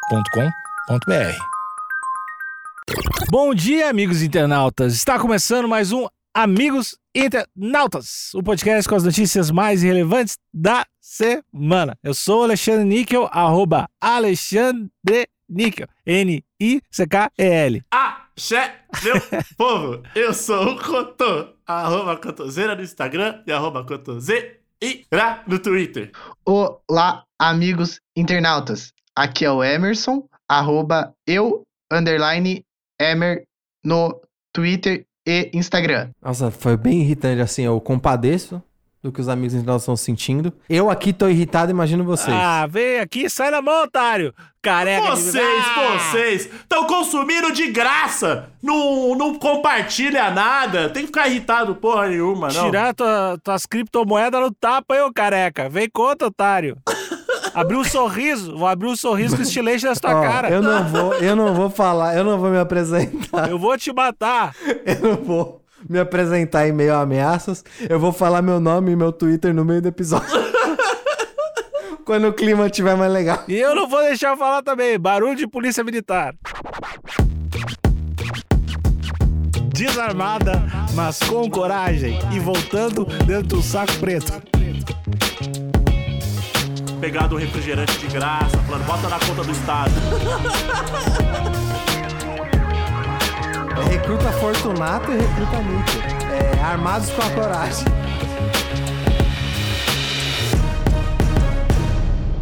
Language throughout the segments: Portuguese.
agenciadepodcast.com.br. Bom dia, amigos internautas. Está começando mais um Amigos Internautas, o podcast com as notícias mais relevantes da semana. Eu sou o Alexandre Níquel, arroba Alexandre Níquel, N-I-C-K-E-L. Axé, meu povo! Eu sou o Cotô, arroba Cotoseira no Instagram e arroba Cotoseira no Twitter. Olá, amigos internautas. Aqui é o Emerson, arroba eu, underline, Emer, no Twitter e Instagram. Nossa, foi bem irritante, assim, eu compadeço do que os amigos internautas estão sentindo. Eu aqui tô irritado, imagino vocês. Ah, vem aqui, sai na mão, otário! Careca! de- Vocês, É, Ah! vocês, estão consumindo de graça! Não, não compartilha nada! Tem que ficar irritado porra nenhuma, não. Tirar tua- tuas criptomoedas no tapa, eu, careca. Vem conta, otário. Abrir um sorriso. Vou abrir um sorriso com estilete na tua Ó, cara. Eu Eu... não vou, eu não vou falar, eu não vou me apresentar, vou te matar. eu não vou me apresentar em meio a ameaças. Eu vou falar meu nome e meu Twitter no meio do episódio. Quando o clima tiver mais legal. E eu não vou deixar falar também. Barulho de polícia militar. Desarmada, mas com coragem. E voltando dentro do saco preto. Pegado um refrigerante de graça, falando, bota na conta do Estado. Recruta Fortunato e recruta Nico. É, armados com a coragem.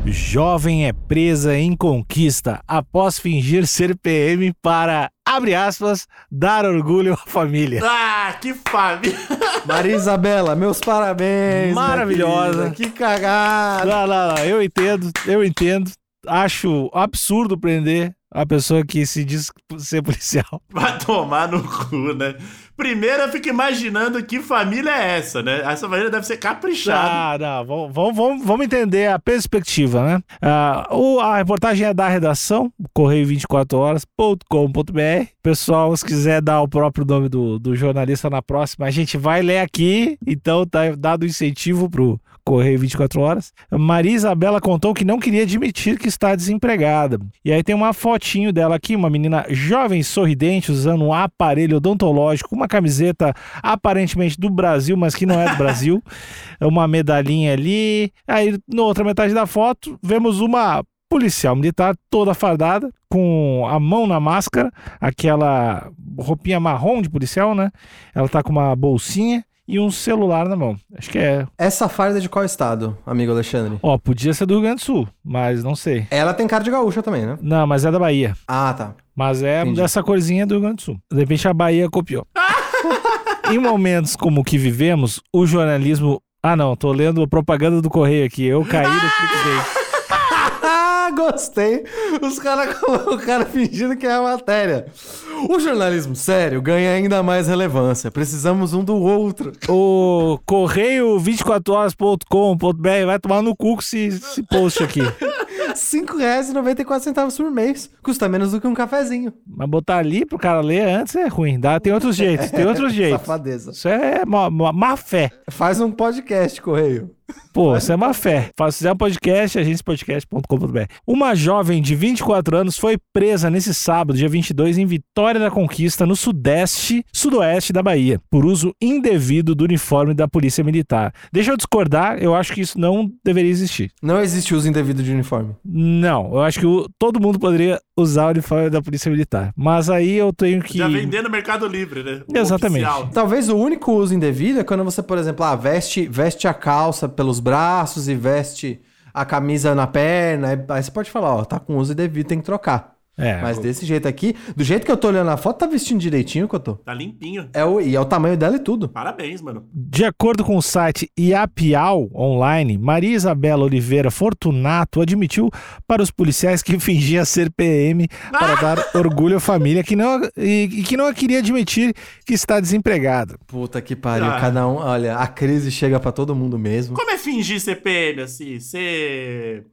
Jovem é presa em conquista após fingir ser PM para, abre aspas, dar orgulho à família. Ah, que família! Maria Isabela, meus parabéns. minha Maravilhosa. querida. Que cagada. Não, não, não, eu entendo, eu entendo. Acho absurdo prender a pessoa que se diz ser policial. Vai tomar no cu, né? Primeiro eu fico imaginando que família é essa, né? Essa família deve ser caprichada. Ah, não, vamos- vamos, vamos, vamos entender a perspectiva, né? Ah, o- a reportagem é da redação, correio24horas.com.br. Pessoal, se quiser dar o próprio nome do, do jornalista na próxima, a gente vai ler aqui, então tá dado o incentivo pro Correio 24 Horas. Maria Isabela contou que não queria admitir que está desempregada. E aí tem uma fotinho dela aqui, uma menina jovem, sorridente, usando um aparelho odontológico, uma camiseta aparentemente do Brasil, mas que não é do Brasil. É uma medalhinha ali. Aí, na outra metade da foto, vemos uma policial militar toda fardada, com a mão na máscara, aquela roupinha marrom de policial, né? Ela tá com uma bolsinha e um celular na mão. Acho que é. Essa farda é de qual estado, amigo Alexandre? Ó, podia ser do Rio Grande do Sul, mas não sei. Ela tem cara de gaúcha também, né? Não, mas é da Bahia. Ah, tá. Mas é Entendi. dessa corzinha do Rio Grande do Sul. De repente a Bahia copiou. em momentos como o que vivemos, o jornalismo. Ah, não, tô lendo a propaganda do Correio aqui. Eu caí no clickbait. Ah, gostei. Os caras o cara fingindo que é a matéria. O jornalismo sério ganha ainda mais relevância. Precisamos um do outro. O correio24horas.com.br vai tomar no cu com esse, esse post aqui. R$ 5,94 por mês. Custa menos do que um cafezinho. Mas botar ali pro cara ler antes é ruim. Dá, tem outros jeitos, tem outros jeitos. Safadeza. Isso é má, má- má fé. Faz um podcast, Correio. Pô, isso é má fé. Fa- Se fizer um podcast, agenciapodcast.com.br. Uma jovem de 24 anos foi presa nesse sábado, dia 22, em Vitória da Conquista, no sudeste, sudoeste da Bahia, por uso indevido do uniforme da Polícia Militar. Deixa eu discordar, eu acho que isso não deveria existir. Não existe uso indevido de uniforme. Não, eu acho que o- todo mundo poderia usar o uniforme da Polícia Militar. Mas aí eu tenho que. Já vendendo no Mercado Livre, né? O Exatamente. oficial. Talvez o único uso indevido é quando você, por exemplo, ah, veste, veste a calça pelos braços e veste a camisa na perna. Aí- Aí você pode falar, ó, tá com uso indevido, tem que trocar. É, Mas desse jeito aqui, do jeito que eu tô olhando a foto, tá vestindo direitinho que eu tô. Tá limpinho. É o, e é o tamanho dela e tudo. Parabéns, mano. De acordo com o site Iapial Online, Maria Isabela Oliveira Fortunato admitiu para os policiais que fingia ser PM para dar orgulho à família que não, e, e que não queria admitir que está desempregada. Puta que pariu, Ah. cada um. Olha, a crise chega pra todo mundo mesmo. Como é fingir ser PM, assim? Você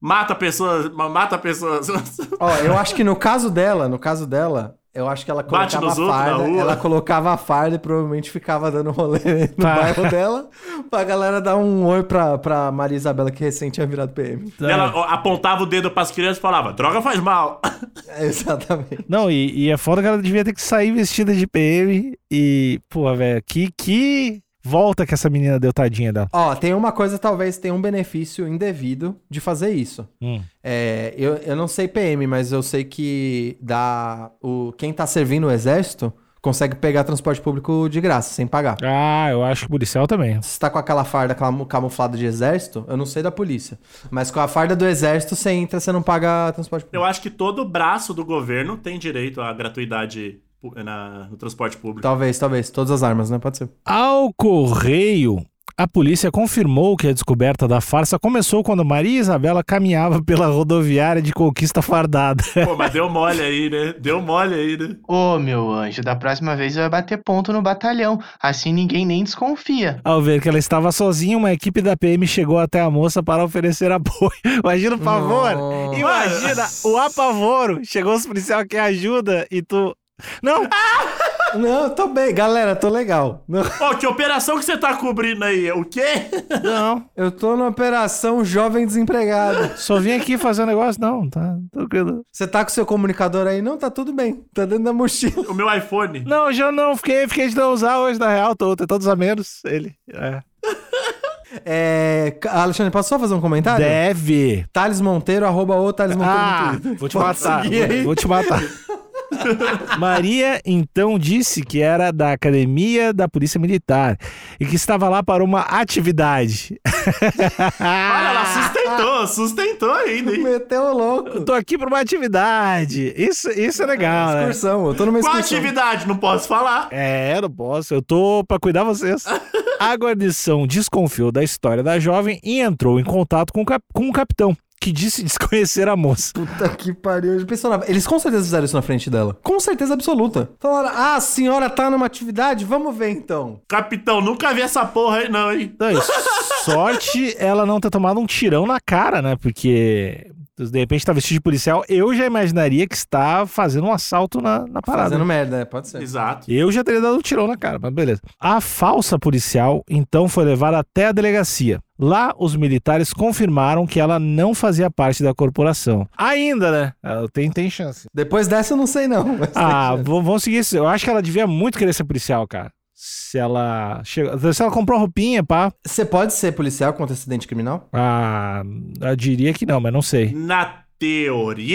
mata pessoas, ma- mata pessoas. É. Ó, eu acho que no caso dela, no caso dela, Eu acho que ela Bate colocava a nos outros na farda. rua. Ela colocava a farda e provavelmente ficava dando rolê no Tá. bairro dela pra galera dar um oi pra, pra Maria Isabela, que recente tinha virado PM. Então, Ela ó, apontava o dedo pras crianças e falava: droga faz mal. É, exatamente. Não, e, e é foda que ela devia ter que sair vestida de PM e, porra, velho, que, que volta que essa menina deu tadinha dela. Ó, tem uma coisa, talvez tenha um benefício indevido de fazer isso. Hum. É, eu, eu não sei PM, mas eu sei que dá, o, quem tá servindo o exército consegue pegar transporte público de graça, sem pagar. Ah, eu acho que policial também. Se tá com aquela farda camu- camuflada de exército, eu não sei da polícia. Mas com a farda do exército, você entra, você não paga transporte público. Eu acho que todo braço do governo tem direito à gratuidade pu- na- no transporte público. Talvez, talvez. Todas as armas, né? Pode ser. Ao correio, a polícia confirmou que a descoberta da farsa começou quando Maria Isabela caminhava pela rodoviária de conquista fardada. Pô, mas deu mole aí, né? Deu mole aí, né? Ô, meu anjo, da próxima vez vai bater ponto no batalhão. Assim ninguém nem desconfia. Ao ver que ela estava sozinha, uma equipe da PM chegou até a moça para oferecer apoio. Imagina o pavor! Nossa. Imagina o apavoro! Chegou os policiais que ajuda e tu. Não! Não, tô bem. Galera, tô legal. Não, Ó, que operação que você tá cobrindo aí? O quê? Não! eu tô na operação jovem desempregado. Só vim aqui fazer um negócio? Não, tá tranquilo. Você tá com seu comunicador aí? Não, tá tudo bem. Tá dentro da mochila. O meu iPhone. Não, já não, fiquei, fiquei de não usar hoje, na real, tô, tô todos a menos. Ele. É. É, ca- Alexandre, posso só fazer um comentário? Deve. Thales Monteiro, arroba o Thales Monteiro no Ah, Twitter. vou te matar. seguir aí. Vou te matar. Maria então disse que era da academia da Polícia Militar e que estava lá para uma atividade. Olha, Ah, ela sustentou, sustentou ainda, hein? Meteu o Eu louco. tô aqui para uma atividade. Isso, isso é legal, né? Excursão, eu tô numa Qual excursão. atividade? Não posso falar. É, não posso. Eu tô pra cuidar vocês. A guarnição desconfiou da história da jovem e entrou em contato com o, cap- com o capitão, que disse desconhecer a moça. Puta que pariu. Pensou na- Eles com certeza fizeram isso na frente dela. Com certeza absoluta. Falaram, ah, a senhora tá numa atividade? Vamos ver então. Capitão, nunca vi essa porra aí, não, hein? Então, e sorte ela não ter tomado um tirão na cara, né? Porque de repente tá vestido de policial. Eu já imaginaria que está fazendo um assalto na, na parada. Fazendo merda, né? Pode ser. Exato. Eu já teria dado um tirão na cara, mas beleza. A falsa policial então foi levada até a delegacia. Lá, os militares confirmaram que ela não fazia parte da corporação. Ainda, né? Ela tem, tem chance. Depois dessa eu não sei não. mas tem Ah, chance. vamos vamos seguir isso. Eu acho que ela devia muito querer ser policial, cara. Se ela. Chegou, se ela comprou roupinha, pá. Você pode ser policial com antecedente criminal? Ah, eu diria que não, mas não sei. Na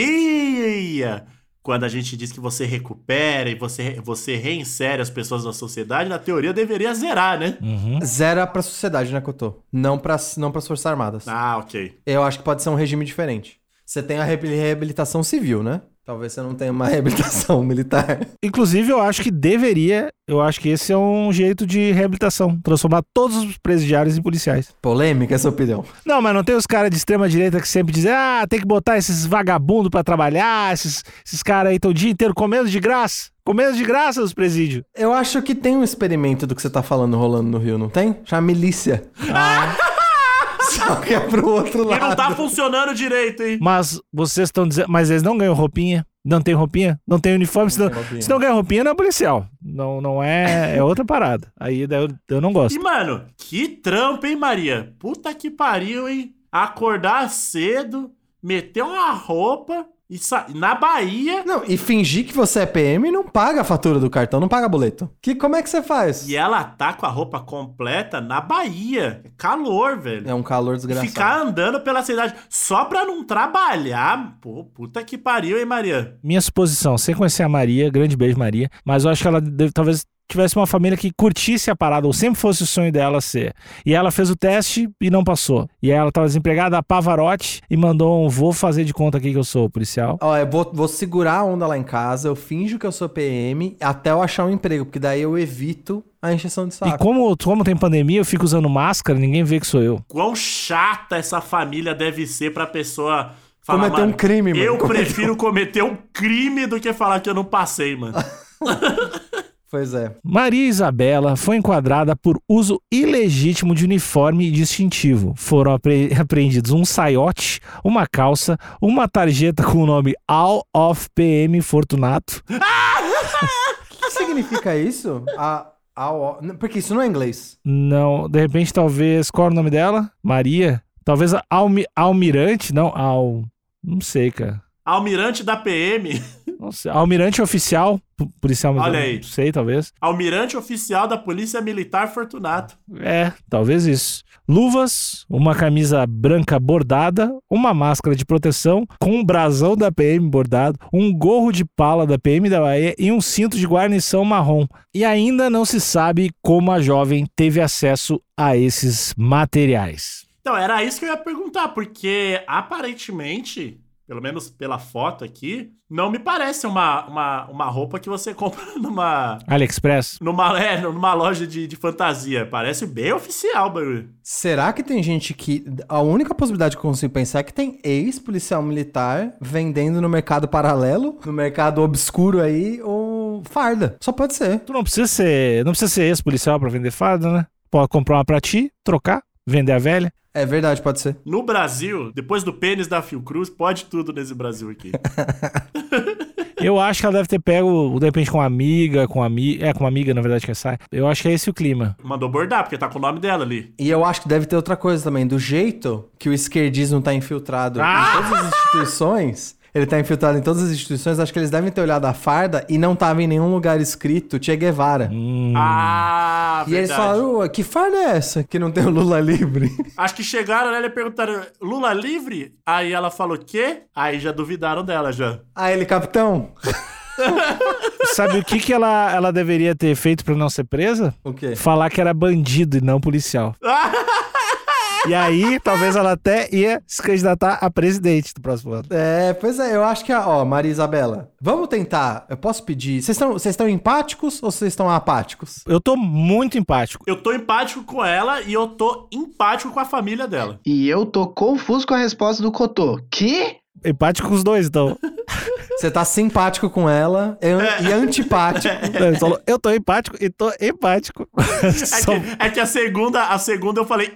teoria, quando a gente diz que você recupera e você, você reinsere as pessoas na sociedade, na teoria deveria zerar, né? Uhum. Zero pra sociedade, né, Cotô? Não pra, não pras Forças Armadas. Ah, ok. Eu acho que pode ser um regime diferente. Você tem a reabil- reabilitação civil, né? Talvez você não tenha uma reabilitação militar. Inclusive, eu acho que deveria. Eu acho que esse é um jeito de reabilitação transformar todos os presidiários em policiais. Polêmica essa opinião. Não, mas não tem os caras de extrema direita que sempre dizem, ah, tem que botar esses vagabundos pra trabalhar, esses, esses caras aí estão o dia inteiro comendo de graça. Comendo de graça nos presídios. Eu acho que tem um experimento do que você tá falando rolando no Rio, não tem? Chama milícia. Só que é pro outro E lado. Ah. não tá funcionando direito, hein? Mas vocês estão dizendo, mas eles não ganham roupinha. Não tem roupinha? Não tem uniforme? Se não, tem roupinha. se não ganha roupinha, não é policial. Não, não é. É outra parada. Aí daí eu, eu não E, gosto. mano, que trampa, hein, Maria? Puta que pariu, hein? Acordar cedo, meter uma roupa e sa... na Bahia. Não, e fingir que você é PM não paga a fatura do cartão, não paga boleto. Que como é que você faz? E ela tá com a roupa completa na Bahia. É Calor, velho. É um calor desgraçado. Ficar andando pela cidade só pra não trabalhar. Pô, puta que pariu, hein, Maria? Minha suposição, sem conhecer a Maria, grande beijo, Maria, mas eu acho que ela deve- talvez tivesse uma família que curtisse a parada, ou sempre fosse o sonho dela ser. E ela fez o teste e não passou. E aí ela tava desempregada, a Pavarotti, e mandou um vou fazer de conta aqui que eu sou policial. Ó, eu vou, vou segurar a onda lá em casa, eu finjo que eu sou PM até eu achar um emprego, porque daí eu evito a injeção de E saco. como, como tem pandemia, eu fico usando máscara, ninguém vê que sou eu. Quão chata essa família deve ser pra pessoa falar. Cometer "Mano, um crime, mano. Eu Cometer- prefiro cometer um crime do que falar que eu não passei, mano. Pois é. Maria Isabela foi enquadrada por uso ilegítimo de uniforme distintivo. Foram apre- apreendidos um saiote, uma calça, uma tarjeta com o nome All of PM Fortunato O que significa isso? A, a, o- n- porque isso não é inglês. Não, de repente, talvez. Qual é o nome dela? Maria? Talvez a Almi- Almirante? Não, Al. Não sei, cara. Almirante da PM, Não sei. Almirante Oficial, p- policial. mas Olha eu aí. Não sei, talvez. almirante oficial da Polícia Militar Fortunato. É, talvez isso. Luvas, uma camisa branca bordada, uma máscara de proteção, com um brasão da PM bordado, um gorro de pala da PM da Bahia e um cinto de guarnição marrom. E ainda não se sabe como a jovem teve acesso a esses materiais. Então, era isso que eu ia perguntar, porque aparentemente, pelo menos pela foto aqui, não me parece uma, uma, uma roupa que você compra numa. AliExpress? Numa, é, numa loja de, de fantasia. Parece bem oficial, bagulho. Será que tem gente que. A única possibilidade que eu consigo pensar é que tem ex-policial militar vendendo no mercado paralelo, no mercado obscuro aí, ou farda. Só pode ser. Tu não precisa ser, não precisa ser ex-policial pra vender farda, né? Pode comprar uma pra ti, trocar, vender a velha. É verdade, pode ser. No Brasil, depois do pênis da Fiocruz, pode tudo nesse Brasil aqui. Eu acho que ela deve ter pego, de repente, com uma amiga, com ami... É, com uma amiga, na verdade, que é sai. Eu acho que é esse o clima. Mandou bordar, porque tá com o nome dela ali. E eu acho que deve ter outra coisa também. Do jeito que o esquerdismo tá infiltrado Ah! em todas as instituições, ele tá infiltrado em todas as instituições, acho que eles devem ter olhado a farda e não tava em nenhum lugar escrito Che Guevara. Hum. Ah, E eles verdade. falaram, "Ué, que farda é essa que não tem o Lula livre? Acho que chegaram nela e perguntaram, Lula livre? Aí ela falou, quê? Aí já duvidaram dela, já. Ah, ele, capitão. Sabe o que, que ela, ela deveria ter feito pra não ser presa? O quê? Falar que era bandido e não policial. E aí, talvez ela até ia se candidatar a presidente do próximo ano. É, pois é, eu acho que, a- ó, Maria Isabela, vamos tentar, eu posso pedir, vocês estão vocês estão empáticos ou vocês estão apáticos? Eu tô muito empático. Eu tô empático com ela e eu tô empático com a família dela. E eu tô confuso com a resposta do Cotô. Que? Empático com os dois, então. Você tá simpático com ela e, e antipático. Não, ele falou, eu tô empático e tô empático. É Só- que, é que a segunda, a segunda eu falei,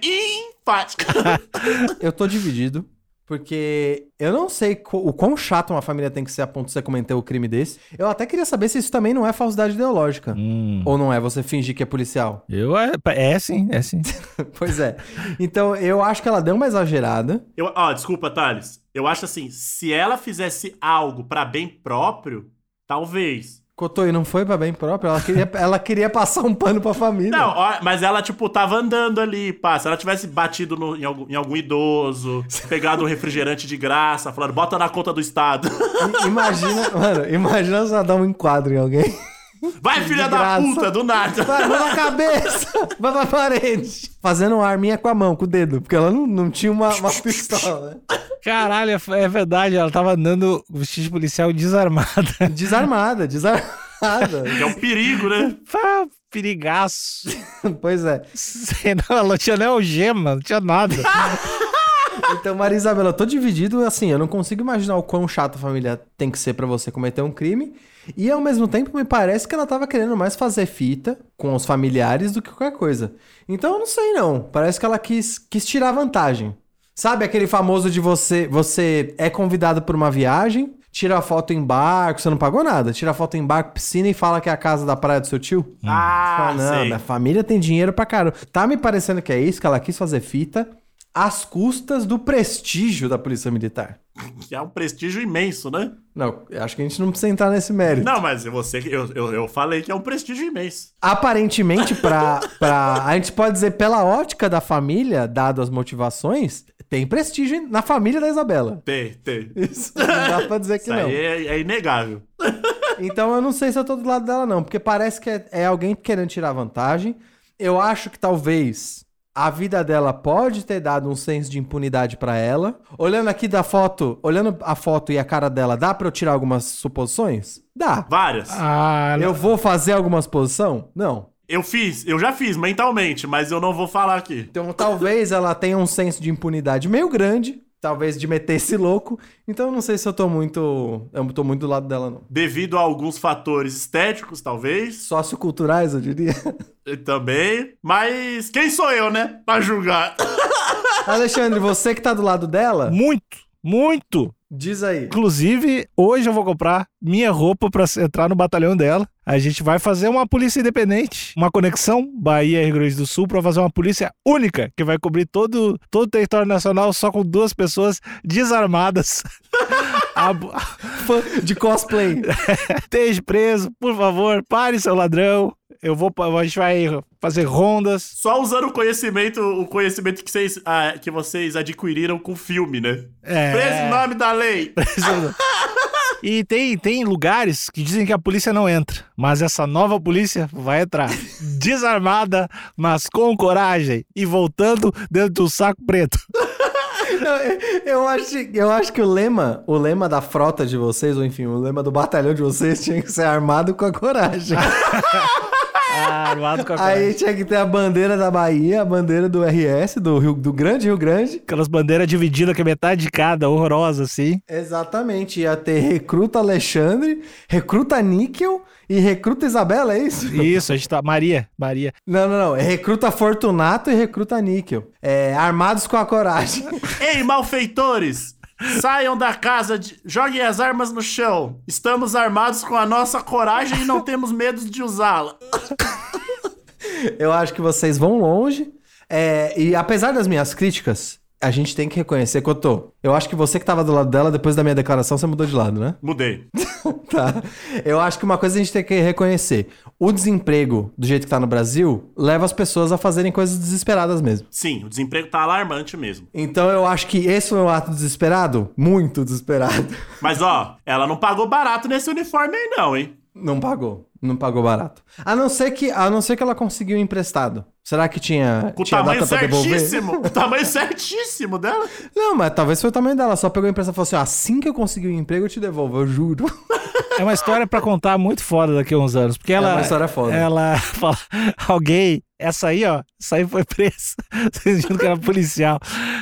empático. Eu tô dividido, porque eu não sei co- o quão chato uma família tem que ser a ponto de você cometer o crime desse. Eu até queria saber se isso também não é falsidade ideológica. Hum. Ou não é você fingir que é policial? Eu é, é sim, é sim. pois é. Então, eu acho que ela deu uma exagerada. Eu, ó, desculpa, Thales. Eu acho assim, se ela fizesse algo pra bem próprio, talvez. Cotoi não foi pra bem próprio, ela queria, ela queria passar um pano pra família. Não, ó, mas ela, tipo, tava andando ali, pá. Se ela tivesse batido no- em, algum, em algum idoso, pegado um refrigerante de graça, falando, bota na conta do Estado. I- imagina, mano, imagina se ela dar um enquadro em alguém. Vai, filha da graça. puta, do nada. Vai, vai na cabeça, vai pra parede. Fazendo uma arminha com a mão, com o dedo, porque ela não, não tinha uma, uma pistola. né? Caralho, é é verdade, ela tava andando vestido de policial desarmada. Desarmada, desarmada. É um perigo, né? Pá, perigaço. Pois é. Sei não, ela não tinha nem algema, não tinha nada. Então, Maria Isabela, eu tô dividido, assim, eu não consigo imaginar o quão chato a família tem que ser pra você cometer um crime. E ao mesmo tempo, me parece que ela tava querendo mais fazer fita com os familiares do que qualquer coisa. Então, eu não sei não. Parece que ela quis, quis tirar vantagem. Sabe aquele famoso de você, você é convidado por uma viagem, tira a foto em barco, você não pagou nada, tira a foto em barco, piscina e fala que é a casa da praia do seu tio? Ah, Fala, não, sei. minha família tem dinheiro pra caramba. Tá me parecendo que é isso, que ela quis fazer fita às custas do prestígio da Polícia Militar. Que é um prestígio imenso, né? Não, eu acho que a gente não precisa entrar nesse mérito. Não, mas você, eu, eu, eu falei que é um prestígio imenso. Aparentemente, pra, pra. A gente pode dizer, pela ótica da família, dado as motivações, tem prestígio na família da Isabela. Tem, tem. Isso não dá pra dizer que Isso não. aí é, é inegável. Então eu não sei se eu tô do lado dela, não, porque parece que é, é alguém querendo tirar vantagem. Eu acho que talvez a vida dela pode ter dado um senso de impunidade pra ela. Olhando aqui da foto, olhando a foto e a cara dela, dá pra eu tirar algumas suposições? Dá. Várias. Ah, Eu vou fazer alguma suposição? Não. Eu fiz, eu já fiz mentalmente, mas eu não vou falar aqui. Então talvez ela tenha um senso de impunidade meio grande, talvez de meter esse louco. Então eu não sei se eu tô muito, eu tô muito do lado dela não. Devido a alguns fatores estéticos, talvez, Socioculturais, eu diria. e também. Mas quem sou eu, né? Pra julgar. Alexandre, você que tá do lado dela? Muito, muito. Diz aí. Inclusive, hoje eu vou comprar minha roupa pra entrar no batalhão dela. A gente vai fazer uma polícia independente, uma conexão Bahia e Rio Grande do Sul pra fazer uma polícia única que vai cobrir todo, todo o território nacional só com duas pessoas desarmadas. Abo- Fã de cosplay. Esteja preso, por favor, pare seu ladrão. Eu vou, pa- a gente vai fazer rondas. Só usando o conhecimento, o conhecimento que vocês, ah, que vocês adquiriram com o filme, né? É... Preso em nome da lei. E tem, tem lugares que dizem que a polícia não entra, mas essa nova polícia vai entrar. Desarmada, mas com coragem e voltando dentro do saco preto. Não, eu, eu acho, eu acho que o lema, o lema da frota de vocês, ou enfim, o lema do batalhão de vocês tinha que ser armado com a coragem. Armado com Aí tinha que ter a bandeira da Bahia, a bandeira do RS, do, Rio, do Grande Rio Grande. Aquelas bandeiras divididas que é metade de cada, horrorosa assim. Exatamente, ia ter recruta Alexandre, recruta Níquel e recruta Isabela, é isso? Isso, a gente tá. Maria, Maria. Não, não, não, é recruta Fortunato e recruta Níquel. É, armados com a coragem. Ei, malfeitores! Saiam da casa, de... joguem as armas no chão. Estamos armados com a nossa coragem e não temos medo de usá-la. Eu acho que vocês vão longe. É, e apesar das minhas críticas, a gente tem que reconhecer, Cotô. Eu acho que você que tava do lado dela, depois da minha declaração, você mudou de lado, né? Mudei. tá. Eu acho que uma coisa a gente tem que reconhecer: o desemprego, do jeito que tá no Brasil, leva as pessoas a fazerem coisas desesperadas mesmo. Sim, o desemprego tá alarmante mesmo. Então eu acho que esse foi um ato desesperado? Muito desesperado. Mas ó, ela não pagou barato nesse uniforme aí não, hein? Não pagou. Não pagou barato. A não ser que, a não ser que ela conseguiu emprestado. Será que tinha, Com o tinha tamanho data pra devolver? certíssimo. O tamanho certíssimo dela. Não, mas talvez foi o tamanho dela. Só pegou a empresa e falou assim: ó, assim que eu conseguir o emprego, eu te devolvo, eu juro. É uma história pra contar muito foda daqui a uns anos. Porque ela. é uma história foda. Ela fala, alguém, essa aí, ó, essa aí foi presa, fingindo que era policial.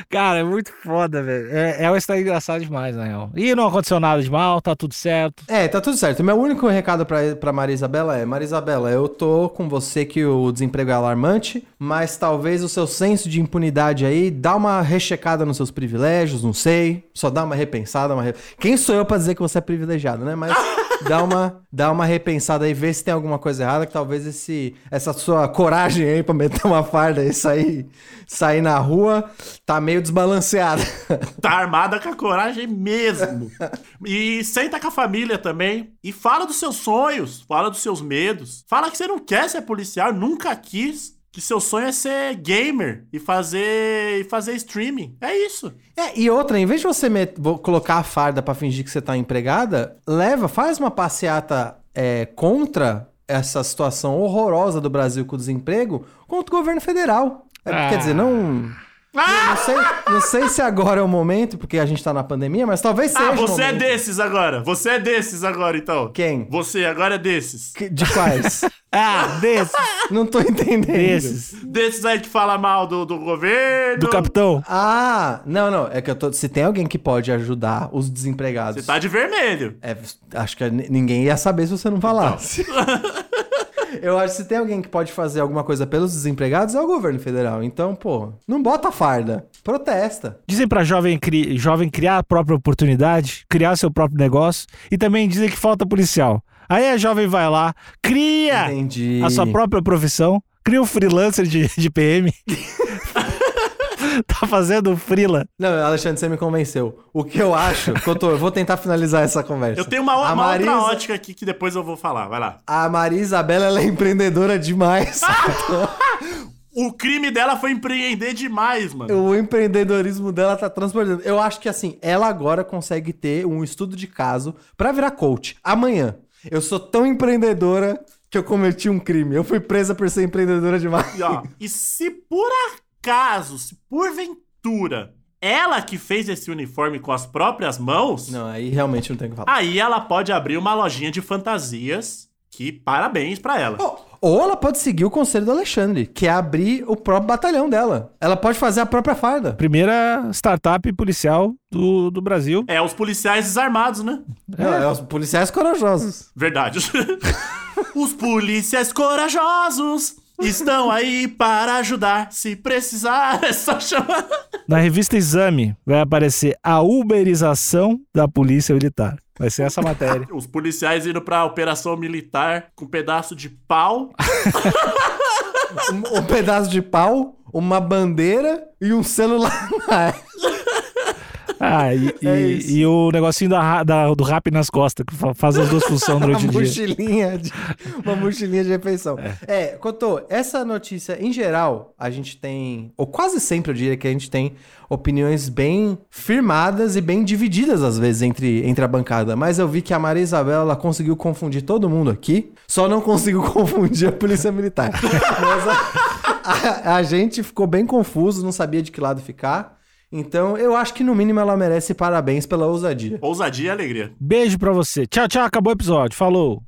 Cara, é muito foda, velho. É, é uma história engraçada demais, na real. E não aconteceu nada de mal, tá tudo certo. É, tá tudo certo. Meu único recado pra, pra Maria Isabela é: Maria Isabela, eu tô com você que o desemprego é alarmante, mas talvez o seu senso de impunidade aí dá uma rechecada nos seus privilégios, não sei. Só dá uma repensada. Uma re- Quem sou eu pra dizer que você é privilegiado, né? Mas dá uma, dá uma repensada aí, vê se tem alguma coisa errada, que talvez esse, essa sua coragem aí pra meter uma farda e sair, sair na rua tá meio desbalanceada. Tá armada com a coragem mesmo. E senta com a família também. E fala dos seus sonhos, fala dos seus medos. Fala que você não quer ser policial, nunca quis. Que seu sonho é ser gamer e fazer e fazer streaming. É isso. É, e outra, em vez de você met- vo- colocar a farda pra fingir que você tá empregada, leva, faz uma passeata é, contra essa situação horrorosa do Brasil com o desemprego contra o governo federal. É, Ah. Quer dizer, não. Ah! Não sei, não sei se agora é o momento, porque a gente tá na pandemia, mas talvez seja. Ah, o você é momento. desses agora. Você é desses agora, então. Quem? Você agora é desses. Que- De quais? Ah, desses, não tô entendendo. desses. Desses aí que fala mal do, do governo. Do capitão. Ah, não, não. É que eu tô. Se tem alguém que pode ajudar os desempregados. Você tá de vermelho. É, acho que n- ninguém ia saber se você não falasse. Então. Eu acho que se tem alguém que pode fazer alguma coisa pelos desempregados é o governo federal. Então, pô, não bota farda. Protesta. Dizem pra jovem, cri- jovem criar a própria oportunidade, criar seu próprio negócio. E também dizem que falta policial. Aí a jovem vai lá, É. cria Entendi. a sua própria profissão, cria um freelancer de, de PM. tá fazendo freela. Não, Alexandre, você me convenceu. O que eu acho, Cotô, eu vou tentar finalizar essa conversa. Eu tenho uma, A uma Marisa- outra ótica aqui que depois eu vou falar. Vai lá. A Maria Isabela, ela é empreendedora demais. O crime dela foi empreender demais, mano. O empreendedorismo dela tá transbordando. Eu acho que assim, ela agora consegue ter um estudo de caso pra virar coach. Amanhã. Eu sou tão empreendedora que eu cometi um crime. Eu fui presa por ser empreendedora demais. E, ó, e se por acaso, se porventura, ela que fez esse uniforme com as próprias mãos, Não, aí realmente não tem o que falar. aí ela pode abrir uma lojinha de fantasias. Que parabéns pra ela. Ou- Ou ela pode seguir o conselho do Alexandre, que é abrir o próprio batalhão dela. Ela pode fazer a própria farda. Primeira startup policial do, do Brasil. É os policiais desarmados, né? Não, é os policiais corajosos. Verdade. Os policiais corajosos estão aí para ajudar. Se precisar, é só chamar. Na revista Exame vai aparecer a uberização da polícia militar. Vai ser essa matéria. Os policiais indo pra operação militar com um pedaço de pau. Um, um pedaço de pau, uma bandeira e um celular. Ah, e, e- É isso. e o negocinho da ra- da- do rap nas costas, que fa- faz as duas funções Uma durante o dia. mochilinha de, uma mochilinha de refeição. É, Cotô, essa notícia, em geral, a gente tem, ou quase sempre eu diria que a gente tem opiniões bem firmadas e bem divididas, às vezes, entre, entre a bancada. Mas eu vi que a Maria Isabela ela conseguiu confundir todo mundo aqui, só não conseguiu confundir a Polícia Militar. Mas a- a- a gente ficou bem confuso, não sabia de que lado ficar. Então, eu acho que no mínimo ela merece parabéns pela ousadia. Ousadia e alegria. Beijo pra você. Tchau, tchau. Acabou o episódio. Falou.